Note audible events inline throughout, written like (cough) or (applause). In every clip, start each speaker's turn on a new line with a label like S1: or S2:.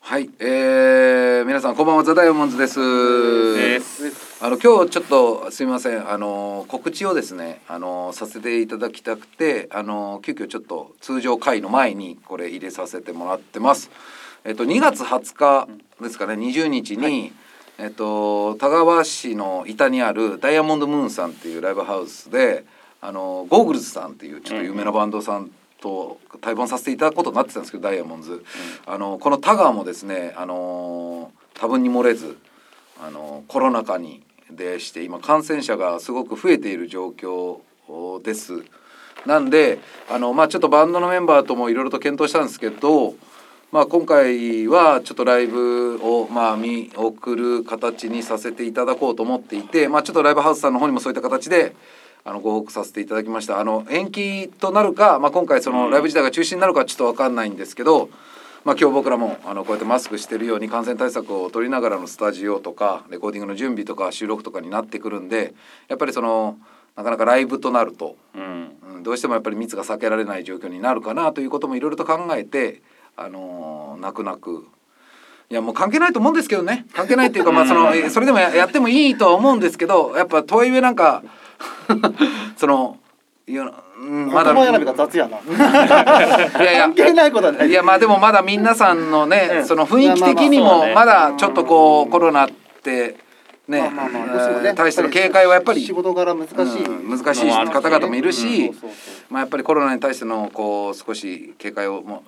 S1: はい、えー、皆さんこんばんはザダイヤモンズです。あの今日ちょっとすみませんあの告知をですねあのさせていただきたくてあの急遽ちょっと通常会の前にこれ入れさせてもらってます。えっと2月20日ですかね20日に、えっと田川市の板にあるダイヤモンドムーンさんっていうライブハウスであのゴーグルズさんっていうちょっと有名なバンドさんと対バンさせていただくことになってたんですけどダイヤモンズ、あのこの田川もですねあの多分に漏れずあのコロナ禍にでして今感染者がすごく増えている状況です。なんであの、まあ、ちょっとバンドのメンバーともいろいろと検討したんですけど、まあ、今回はちょっとライブを、まあ、見送る形にさせていただこうと思っていて、まあ、ちょっとライブハウスさんの方にもそういった形であのご報告させていただきましたあの延期となるか、まあ、今回そのライブ自体が中止になるかはちょっと分かんないんですけど、まあ、今日僕らもあのこうやってマスクしてるように感染対策を取りながらのスタジオとかレコーディングの準備とか収録とかになってくるんでやっぱりそのなかなかライブとなると
S2: うん。
S1: うんどうしてもやっぱり密が避けられない状況になるかなということもいろいろと考えて、あのー泣く泣くいやもう関係ないと思うんですけどね関係ないっていうかまあそのえそれでもややってもいいとは思うんですけどやっぱとはいえなんか (laughs) そのいや、うん、まだ
S3: 言葉選びが雑や
S1: (laughs)
S3: な。
S1: いやいや
S3: 関係ないことはない。
S1: いやまあでもまだ皆さんのね、
S3: うん
S1: その雰囲気的にも
S2: いや
S1: ま
S2: まあ
S1: だちょっとこうコロナってね、
S3: まあまあまあどうしてもね
S1: うん対しての警戒はやっぱり
S3: 仕事柄難しい、
S1: うん難しい方々もいるし
S3: そうそうそう
S1: まあ、やっぱりコロナに対してのこう少し警戒をも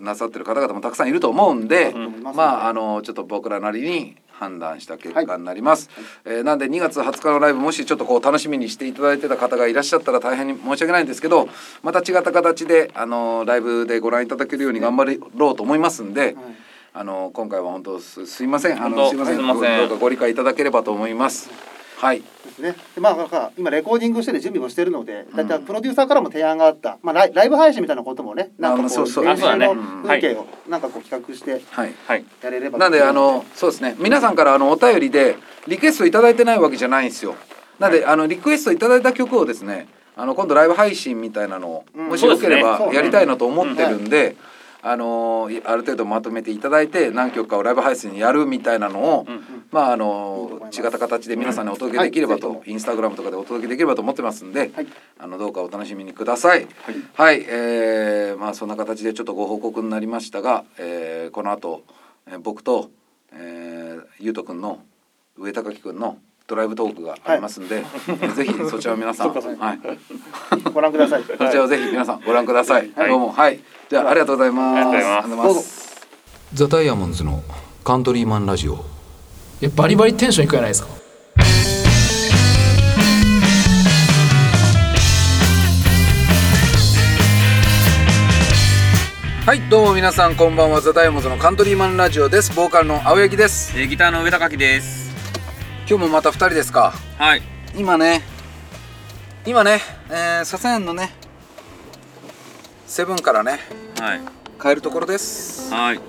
S1: なさってる方々もたくさんいると思うんで、
S3: うん
S1: まああのちょっと僕らなりに判断した結果になります、えーなんで2月20日のライブもしちょっとこう楽しみにしていただいてた方がいらっしゃったら大変に申し訳ないんですけどまた違った形であのライブでご覧いただけるように頑張ろうと思いますんで。あの今回は本当すすいませんあ
S2: 本
S1: の
S2: 当
S1: すいません
S2: すいません
S1: どうかご理解いただければと思いますはい
S3: ですね。でまあなんか今レコーディングしてて準備もしてるので、だいたいプロデューサーからも提案があった、まあライライブ配信みたいなこともね、なんか
S1: あ
S3: こ
S1: そうそう
S3: う練習
S2: あそうだ
S3: の
S2: ね
S3: 風景をなんかこう企画して
S1: はい
S2: はい。
S3: やれれば。
S1: なんであのそうですね皆さんからあのお便りでリクエストいただいてないわけじゃないんですよなんであのリクエストいただいた曲をですねあの今度ライブ配信みたいなのを、
S3: うん
S1: もしよければ
S3: そうですねそうね
S1: やりたいなと思ってるんで、あのいある程度まとめていただいて何曲かをライブ配信やるみたいなのを、まああ
S3: いいと思
S1: の
S3: います
S1: 違った形で皆さんにお届けできればと、
S3: うんはいぜ
S1: インスタグラムとかでお届けできればと思ってますんで、
S3: はい
S1: あのどうかお楽しみにください。はい、えーまあそんな形でちょっとご報告になりましたが、えーこの後、えー僕と、えー、ゆうとくんの上高木くんのドライブトークがありますんで、えーぜひそちらを皆さん、
S3: そうかそうか
S1: はい、こ
S3: ご覧ください。こ
S1: ちらをぜひ皆さんご覧ください。
S2: はい
S1: どうもはい、じゃあありがとうございます。
S2: ありがとうございます
S3: どうぞ。
S1: ザダイヤモンズのカントリーマンラジオ。
S4: いやバリバリテンションいくやないですか
S1: はい、どうも皆さんこんばんはザダイヤモンズのカントリーマンラジオです。ボーカルの青柳です。
S2: えーギターの上高木です。
S1: 今日もまた二人ですか。
S2: はい。
S1: 今ね今ね、えー、笹園のねセブンからね
S2: はい。
S1: 帰るところです
S2: はい。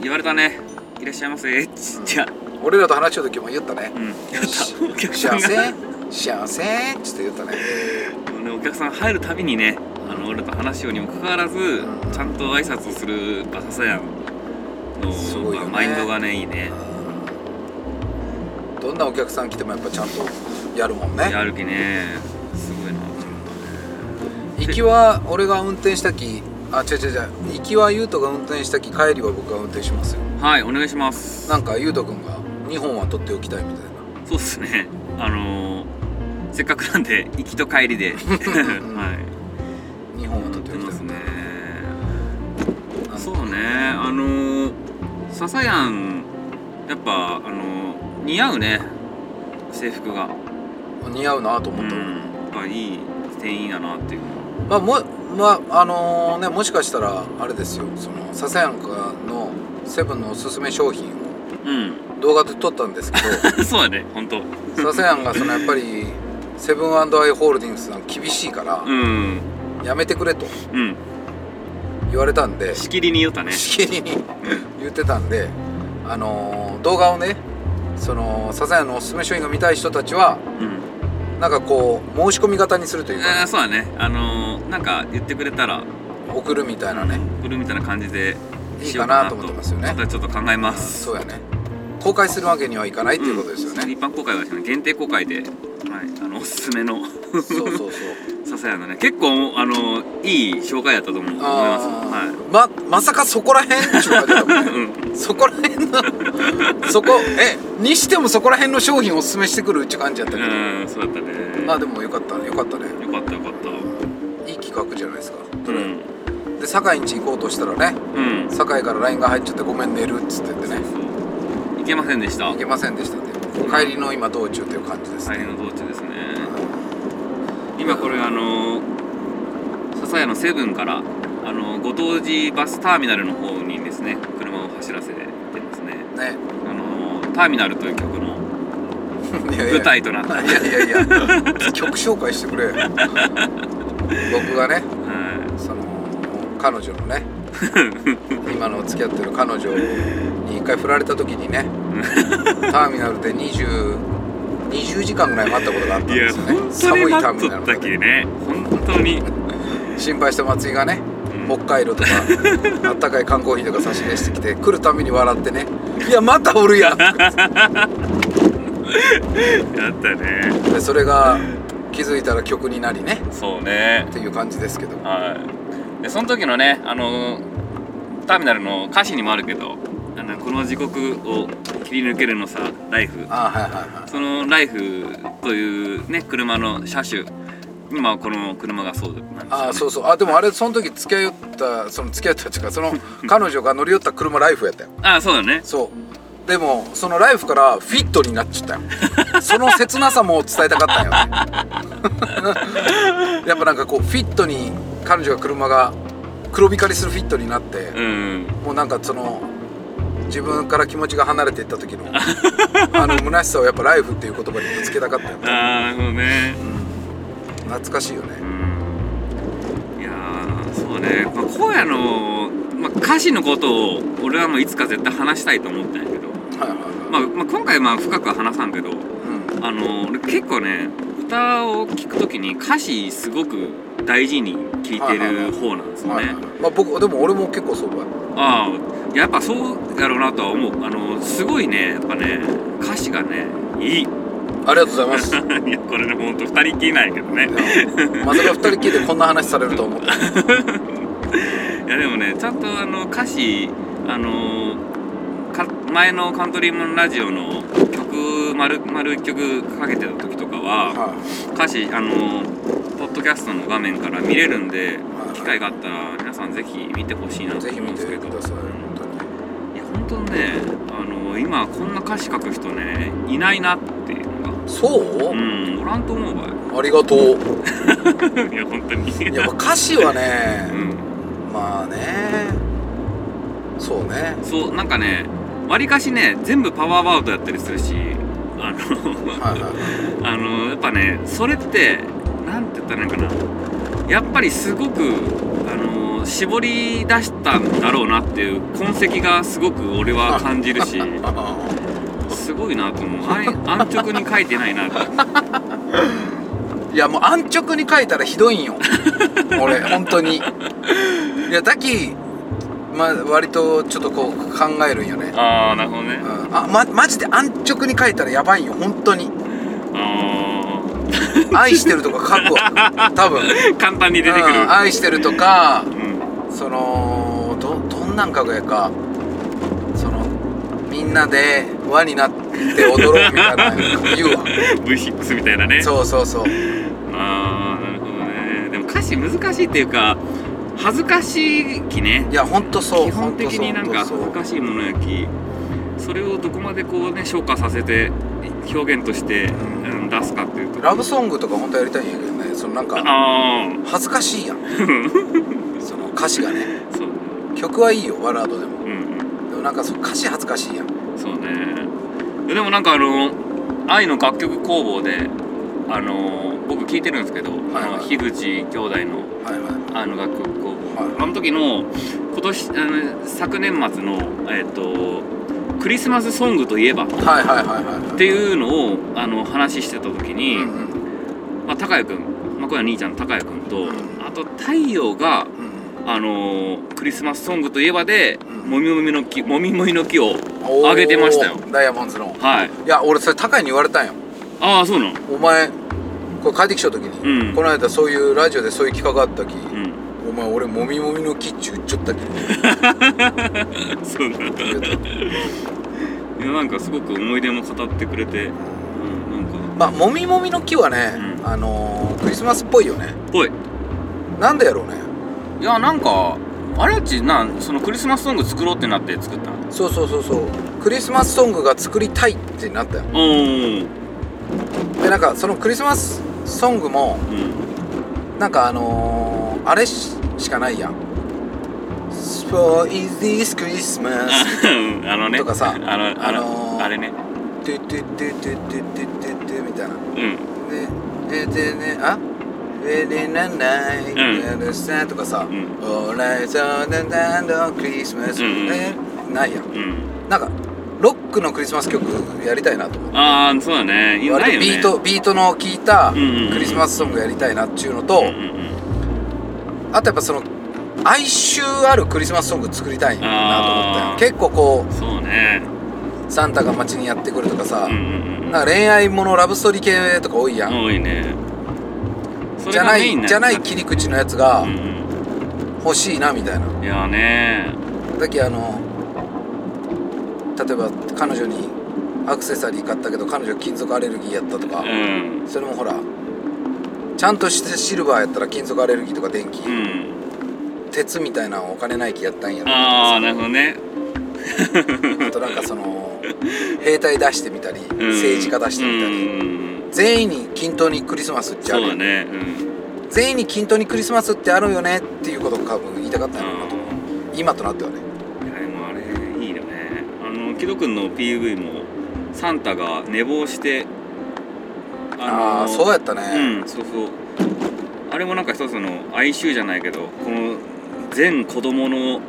S2: 言われたね。いらっしゃいませ。じゃあ、
S1: 俺らと話した時も言ったね
S2: うん。やった。
S1: 「
S2: お客さ
S1: 幸
S2: ん
S1: せ
S2: が。
S1: 幸せ」っつって言ったね
S2: もうね、お客さん入るたびにね、あの俺らと話すようにもかかわらず、ちゃんと挨拶をする馬サヤンの、
S1: すごいよね
S2: マインドがね、いいね。
S1: どんなお客さん来てもやっぱちゃんとやるもんね
S2: やる気ね、すごいな。
S1: 行きは俺が運転したきあ違う違う違う行きは優斗が運転したき帰りは僕が運転しますよ
S2: はい、お願いします。
S1: なんか優斗くんが2本は取っておきたいみたいな
S2: そうですね。あのー、せっかくなんで行きと帰 (laughs) りで、はい。
S1: 2本は取
S2: 撮
S1: っ
S2: っ
S1: てておき
S2: ま
S1: たい
S2: す
S1: み
S2: ね
S1: たいな
S2: そうねあのーササヤンやっぱあのー似合うね制服が
S1: 似合うなと
S2: う
S1: 思
S2: ん
S1: った、
S2: やっぱいい店員だなっていう
S1: まあもまああのねもしかしたらあれですよそのささやんかのセブンのおすすめ商品を
S2: う
S1: 動画で撮ったんですけ
S2: (laughs) ん (laughs) そうだね本当
S1: どささやんがそのやっぱりセブンアイ・ホールディングスさん厳しいから、
S2: うん
S1: やめてくれと
S2: うん
S1: 言われたんで
S2: しきりに言うたね
S1: しきりに言ってたんであのー動画をねそのささやんのおすすめ商品が見たい人たちは
S2: うん
S1: なんかこう申し込み型にするという
S2: あ
S1: か
S2: ーそうだねあのーなんか言ってくれたら
S1: 送るみたいなね
S2: 来るみたいな感じで
S1: いいかなと思ってますよね
S2: またちょっと考えます。
S1: そうやね公開するわけにはいかないっていうことですよ
S2: うん
S1: ね、
S2: 一般公開はですね限定公開で、はい、あのおすすめの
S1: そう
S2: (laughs)
S1: そうそう
S2: ささやのね結構あのいい紹介やったと思う思います。
S1: あ
S2: は
S1: ーままさかそこら辺って言われたもん
S2: い。
S1: ね
S2: うん
S1: そこら辺のそこえにしてもそこら辺の商品をおすすめしてくるって感じやったけど、
S2: うんそうだったね。
S1: まあでもよかったねよかったね
S2: よかったよかった。
S1: いい企画じゃないですか
S2: うん
S1: で堺んち行こうとしたらね
S2: うん。そ
S1: 堺から LINE が入っちゃって「ごめん寝る」っつって言ってね
S2: ういけませんでした。
S1: 行けませんでしたって帰りの今道中という感じです
S2: 帰り
S1: ね、
S2: の道中ですね。今これあの笹谷のセブンからあのご当地バスターミナルの方にですね車を走らせてますね。
S1: ね
S2: あのターミナルという曲の
S1: いやいや
S2: 舞台となった。
S1: いやいやいや曲紹介してくれよ僕がね
S2: は
S1: その彼女のね今の付き合ってる彼女に一回振られた時にねターミナルで20 20時間ぐらい待ったことがあったん
S2: いい
S1: で
S2: や
S1: すよね
S2: 本当に
S1: 寒いター
S2: 待
S1: ミ
S2: っ
S1: ナ
S2: とっ
S1: ルで
S2: たきね本当に、
S1: 心配した松井がね
S2: うん
S1: 北海道とかあったかい缶コーヒーとか差し入れしてきて来るために笑ってね「いやまたおるやん!」
S2: やったね
S1: でそれが気づいたら曲になりね
S2: そうね
S1: っていう感じですけど
S2: はいでその時のねあのターミナルの歌詞にもあるけどあのこの時刻を切り抜けるのさライフ
S1: ああはいはいは
S2: そのライフというね車の車種今この車がそうなんですよ、
S1: い
S2: ね、
S1: ああそうそうあでもあれその時付き合いよったその付き合ったっていうか
S2: (laughs)
S1: その彼女が乗り寄った車ライフやったよ
S2: あそうだね
S1: そうでもそのライフからフィットになっちゃったよその切なさも伝えたかったんよね (laughs) やっぱなんかこうフィットに彼女が車が黒光りするフィットになって、
S2: うん
S1: もうなんかその自分から気持ちが離れていった
S2: (laughs)
S1: 時のあの虚しさをやっぱ「ライフ」っていう言葉にぶつけたかったよね
S2: ああそうね
S1: 懐かしいよね
S2: うんいやーそうね、まあ、荒野の、まあ、歌詞のことを俺はもういつか絶対話したいと思ったんやけど、
S1: はいはい
S2: ま
S1: は
S2: あ
S1: い、
S2: まあ、今回まあ深くは話さんけど
S1: うん
S2: あの俺結構ね歌を聴くときに歌詞すごく大事に聴いてる方なんですよ
S1: はいはい
S2: ね
S1: はい。まあ僕でも俺も結構そうだよ
S2: ああやっぱそうやろうなとは思うあのすごいねやっぱね歌詞がねいい (laughs) い
S1: ありがとうございます
S2: (laughs)
S1: い
S2: やこれねほんと2人きりなんやけどね
S1: やまさか二人きりでこんな話されるとは思ってない
S2: いやでもねちゃんとあの歌詞あのか前のカントリーマンラジオの曲丸丸一曲かけてた時とかは
S1: は
S2: 歌詞あのポッドキャストの画面から見れるんで
S1: いはい
S2: 機会があったら皆さんぜひ見てほしいないと
S1: ぜ
S2: 思
S1: ひ
S2: うん
S1: 見
S2: で
S1: て
S2: すけど
S1: ください
S2: うん
S1: 本当に
S2: いや本当にねあの今こんな歌詞書く人ねいないなっていうのが
S1: そう、
S2: うんおらんと思うわ (laughs)
S1: ありがとう
S2: いや本当に
S1: いやっぱ歌詞はね
S2: う、ん
S1: まあねそうね
S2: そうなんかねわりかしね全部パワーワードやったりするしあの、
S1: はいはいはい
S2: あのやっぱねそれってなんて言ったらいいのかなやっぱりすごくあの絞り出したんだろうなっていう痕跡がすごく俺は感じるし
S1: ああ
S2: すごいなと思うあい安直に書いてないなって
S1: いやもう安直に書いたらひどいん
S2: (laughs)
S1: よ俺本当にいやだき、まあ、割とちょっとこう考えるんよね、
S2: (laughs) ああなるほどね
S1: うん、あまマジで安直に書いたらやばいんよ本当に
S2: あ
S1: 愛してるとか書くわ多分、
S2: あ簡単に出てくる
S1: うん愛してるとか
S2: うん
S1: そのどどんなん書くやかそのみんなで輪になって踊ろうみたいな
S2: (laughs)
S1: の言うわ
S2: V6 みたいなね
S1: そうそうそう
S2: ああなるほどねでも歌詞難しいっていうか恥ずかしいきね
S1: いや本当そう
S2: 基本的になんか恥ずかしいものやきそれをどこまでこうね昇華させて表現とし
S1: ん
S2: て、うん出すかっていうと
S1: ラブソングとか本当やりたいんやけどねそのなんか
S2: ああ
S1: 恥ずかしいや
S2: (laughs)
S1: んその歌詞がね
S2: そう
S1: 曲はいいよバラードでも
S2: うん
S1: でもなんかそう歌詞恥ずかしいやん
S2: うんそうねでもなんかあの愛の楽曲工房であの僕聞いてるんですけど、
S1: はい
S2: あの樋口兄弟の
S1: はいはい
S2: あの楽曲工房、
S1: はい
S2: あの時の今年あの昨年末のえっ、とクリスマスソングといえばっ
S1: はいはいはいはい
S2: て
S1: う、
S2: いうのをあの話してた時に、
S1: うんうん
S2: まあ、高谷君、まあ、これは兄ちゃんの高谷君と、
S1: うん
S2: あと太陽が
S1: うん
S2: あのークリスマスソングといえばで、もみもみの木もみもみの木を
S1: おー
S2: 上げてましたよ
S1: ダイヤモンドの
S2: はい
S1: いや俺それ高いに言われたんよ
S2: ああそうなの
S1: お前これ帰ってきた時に、
S2: うん
S1: この間そういうラジオでそういう企画があったき、
S2: うん
S1: お前俺もみもみの木っちゅう言っちゃったけど
S2: そうなのいやなんかすごく思い出も語ってくれて、うん、なんか
S1: まあもみもみの木はね、
S2: うん
S1: あのークリスマスっぽいよね
S2: ぽい
S1: なんでやろうね
S2: いやなんかあれっちなんそのクリスマスソング作ろうってなって作ったの
S1: そうそうそうそうクリスマスソングが作りたいってなったよ
S2: おー
S1: でなんかそのクリスマスソングも
S2: うん
S1: なんかあのー、あれししかないやん「So is this
S2: (laughs)
S1: Christmas
S2: ああのね
S1: とかさ
S2: あのあの、
S1: あのー
S2: あれね」
S1: トゥトゥトゥトゥトゥトゥトゥトゥみたいな
S2: うん
S1: でででねあででなない
S2: ん
S1: でさとかさ
S2: うん
S1: 「オーライザーダンダンドクリスマス」
S2: うんうん
S1: ねないやん
S2: うん
S1: なんかロックのクリスマス曲やりたいなと思って
S2: ああそうだねいな
S1: 割
S2: いよ
S1: と
S2: ね
S1: ビートビートの効いた
S2: うんうんうん
S1: クリスマスソングやりたいなっていうのと、
S2: うんうん
S1: あとやっぱその哀愁あるクリスマスソング作りたいなと思った
S2: あー
S1: よ結構こ
S2: うんそうね
S1: うサンタが街にやってくるとかさ、
S2: うんうんうん
S1: なんか恋愛ものラブストーリー系とか多いやん、
S2: 多いねそ
S1: じ
S2: れ
S1: ゃ
S2: が
S1: な
S2: メイン
S1: い
S2: ん
S1: じゃ
S2: だ
S1: ない切り口のやつが
S2: うん
S1: 欲しいなみたいな、
S2: うんいやね
S1: だっけあの例えば彼女にアクセサリー買ったけど彼女金属アレルギーやったとか、
S2: うん
S1: それもほらちゃんとしてシルバーやったら金属アレルギーとか電気、
S2: うん
S1: 鉄みたいなのお金ない気やったんや
S2: ああなるほどね
S1: あとなんかその兵隊出してみたり、
S2: うん
S1: 政治家出してみたり、
S2: うん
S1: 全員に均等にクリスマスってあ
S2: そう
S1: る
S2: だ
S1: よ、
S2: ねうん
S1: 全員に均等にクリスマスってあるよねっていうことを多分言いたかったんやろうなと思う今となってはね
S2: いやでもあれいいよねあの木戸君の PV もサンタが寝坊して
S1: ああーそうやったね、
S2: うんそうそうあれもなんか一つの哀愁じゃないけどこの全子供の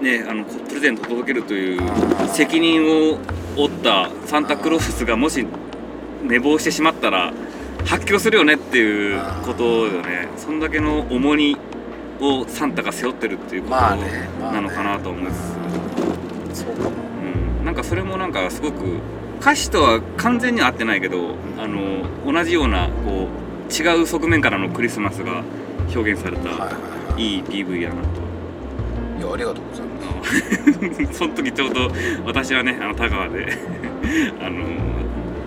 S2: ねあのこプレゼントを届けるという責任を負ったサンタクロースがもし寝坊してしまったら発狂するよねっていうことよねそんだけの重荷をサンタが背負ってるっていうこと
S1: まあねまあね
S2: なのかなと思います、
S1: そうかも
S2: うん、なんかそれもなんかすごく歌詞とは完全には合ってないけどあの同じようなこう違う側面からのクリスマスが表現され
S1: はいは
S2: た
S1: いはい
S2: いい PV やな (laughs) と。
S1: いやありがとうございます
S2: その時ちょうど私はねあの田川で (laughs) あの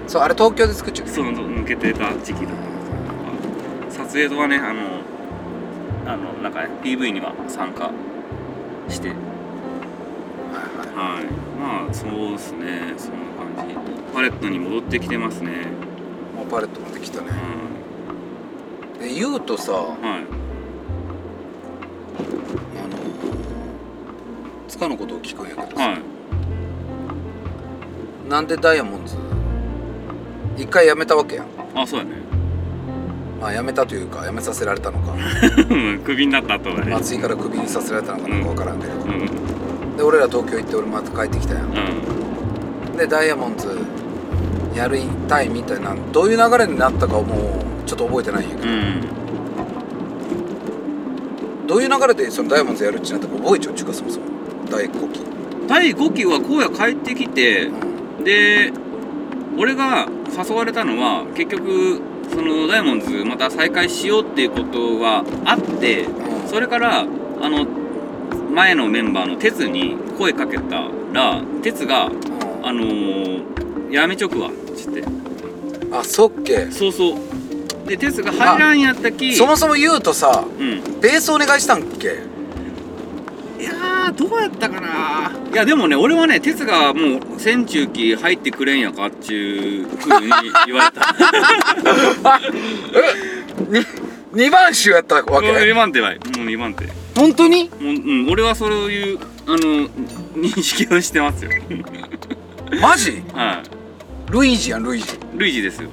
S1: そうあれ東京で作っちゃう
S2: その抜けてた時期だった撮影とはねあのあのなんかね PV には参加してはいまあそうですねそんな感じパレットに戻ってきてますね
S1: もうパレットまで来たね
S2: う
S1: で言うとさあ
S2: んはい
S1: のつかのことを聞くんやけどさ、
S2: はい
S1: なんでダイヤモンズ一回やめたわけやん
S2: あそうだね
S1: まあ、辞めたというか辞めさせられたのか
S2: クビになった後だね (laughs)
S1: 松井からクビにさせられたのかなんか分からんけど、
S2: うんうん
S1: で俺ら東京行って俺また帰ってきたやんでダイヤモンズやりたいみたいなどういう流れになったかはもうちょっと覚えてないんやけ
S2: う
S1: ど、
S2: ん
S1: どういう流れでそのダイヤモンズやるっちなったか覚えちゃうっちゅうかそもそも大5期、
S2: 第5期は荒野帰ってきて
S1: うん、
S2: で俺が誘われたのは結局そのダイヤモンズまた再開しようっていうことがあってそれからあの前のメンバーの哲に声かけたら哲が「あのー、やめちょくわ」っつって
S1: うんあそっけ
S2: そうそうで哲が入らんやったき
S1: そもそも言うとさ
S2: うん
S1: ベースお願いしたんっけ
S2: いやーどうやったかないやでもね俺はね哲がもう「千中期入ってくれんやか」っちゅうふうに言われた
S1: 2番手やったわ
S2: もう2
S1: け
S2: 番手はいもう2番手
S1: 本当に
S2: もう、うん、俺はそういうあの認識をしてますよ
S1: マジ
S2: は
S1: ルイージやんルイージ
S2: いルイージですよ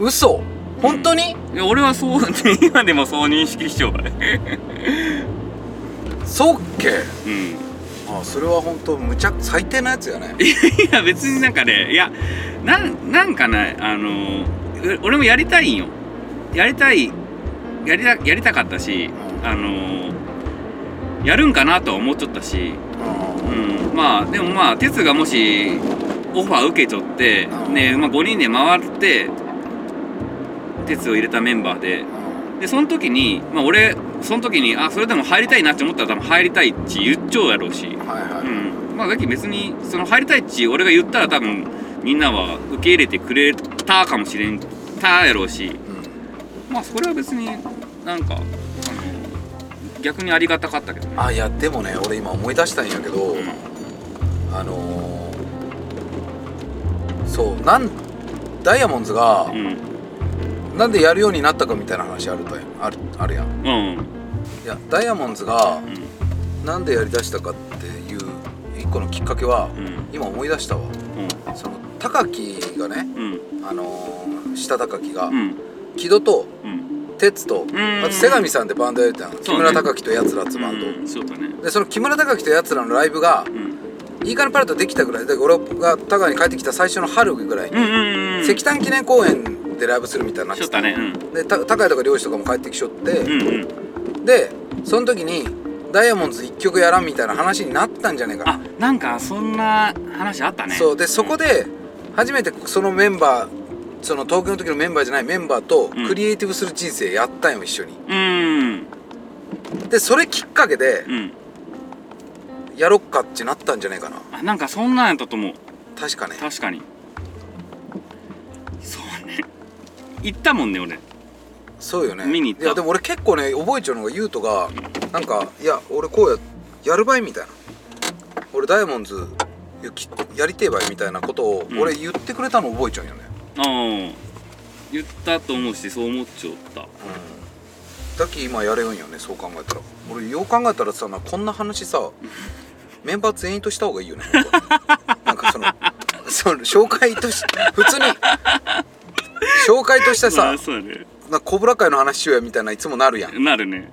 S1: 嘘本当に、
S2: いや俺はそう (laughs) 今でもそう認識しちゃうからね
S1: そっけ
S2: うん
S1: あそれは本当むちゃ最低なやつやね
S2: いや別になんかねいやなんなんかねあのう俺もやりたいんよやりたいやりたやりたかったしあのやるんかなとは思っちゃったし、うん、まあでもまあ哲がもしオファー受けちゃって、ねまあ、5人で回って哲を入れたメンバーででその時に、まあ、俺その時にあそれでも入りたいなって思ったら多分入りたいって言っちゃうやろうし、
S1: はいは
S2: う
S1: い
S2: ん、まあだけど別にその入りたいって俺が言ったら多分みんなは受け入れてくれたかもしれんたやろうし、まあそれは別になんかあの逆にありがたかったけどね。
S1: あいやでもね俺今思い出したんやけど、
S2: うん
S1: あのーそうなんダイヤモンズが
S2: うん
S1: なんでやるようになったかみたいな話あるとやあるあるやん
S2: うん
S1: いやダイヤモンズが
S2: うん
S1: なんでやりだしたかっていう一個のきっかけは
S2: うん
S1: 今思い出したわその高木がね
S2: うん
S1: あのー下高木が、
S2: うん
S1: 木戸と
S2: うん
S1: 哲と
S2: ん
S1: あと瀬上さんでバンドやるたん、木
S2: そうね
S1: 村高木とやつらってバンド、
S2: うんそうだね
S1: でその木村高木とやつらのライブが
S2: うん
S1: いいかねパレットできたぐらいで俺が高川に帰ってきた最初の春ぐらいに、
S2: うんうんうん
S1: 石炭記念公園でライブするみたいになっ
S2: ちょ
S1: て
S2: っとねうん
S1: でた高井とか漁師とかも帰ってきちょって、
S2: うんうん
S1: でその時にダイヤモンドズ1曲やらんみたいな話になったんじゃねえか
S2: あ
S1: な、
S2: なんかそんな話あったね
S1: そうでそこで初めてそのメンバーその東京の時のメンバーじゃないメンバーと
S2: うん
S1: クリエイティブする人生やったんよ一緒に
S2: うん
S1: でそれきっかけで
S2: うん
S1: やろっかってなったんじゃねえかな
S2: あなんかそんなんやったと思う
S1: 確かね
S2: 確かにそうね行ったもんね俺
S1: そうよね
S2: 見に行った
S1: いやでも俺結構ね覚えちゃうのが優斗がなんか「いや俺こうややるばい」みたいな「俺ダイヤモンズいやきやりてえばい」みたいなことを
S2: うん
S1: 俺言ってくれたの覚えちゃうんよね、
S2: ああ言ったと思うしそう思っちゃった
S1: うん、だき今やれるんよねそう考えたら俺よう考えたらさなこんな話
S2: (laughs)
S1: さメンバー全員とした方がいいよね本当なんかその (laughs) その紹介として普通に紹介として
S2: ま
S1: さ
S2: あそうだね
S1: 「なコブラ会の話しようや」みたいないつもなるやん
S2: なるね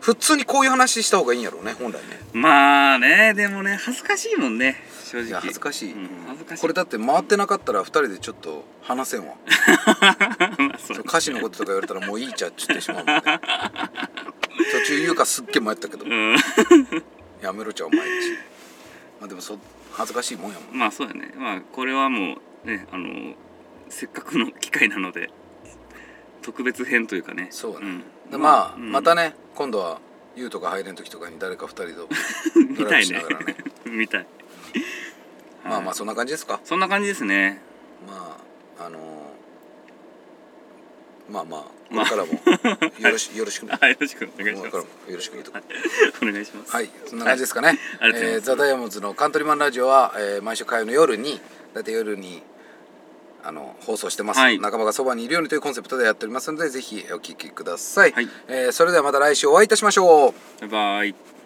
S1: 普通にこういう話した方がいいんやろうね本来ね
S2: まあねでもね恥ずかしいもんね正
S1: い
S2: 直
S1: や恥ずかしい,、
S2: うん恥ずかしい
S1: これだって回ってなかったら2人でちょっと話せんわ
S2: まあそう
S1: その歌詞のこととか言われたらもういいじゃんっちゅってしまうもんね途中言うかすっげえ迷ったけど
S2: うん
S1: やめろちゃお前っちまあでもそ恥ずかしいもんやもん
S2: まあそうだねまあこれはもうねあのせっかくの機会なので特別編というかね
S1: そうだね
S2: ん
S1: でまあ、
S2: うん
S1: またね今度は優とか入れん時とかに誰か2人と
S2: (laughs) 見た
S1: ドライ
S2: いね
S1: ブしながらね
S2: (laughs) 見たい
S1: まあまあ
S2: そ
S1: そんな感じですか
S2: そんな感じですね
S1: まああのーまあまあこれからもよろし,、よろしくね
S2: あよろしくお願いし
S1: これ
S2: ま
S1: から
S2: す
S1: もよろしく言うとこ
S2: お願いします
S1: はい、そんな感じですかね。
S2: ありがとうござ
S1: え
S2: いま
S1: ー
S2: す
S1: ザ・ダイヤモンズのカントリーマンラジオは、えー毎週火曜の夜に、だいたい夜に、あの、放送してます。
S2: はい
S1: 仲間がそばにいるようにというコンセプトでやっておりますので、ぜひお聞きください。
S2: はい
S1: えーそれではまた来週お会いいたしましょう。
S2: バイバイ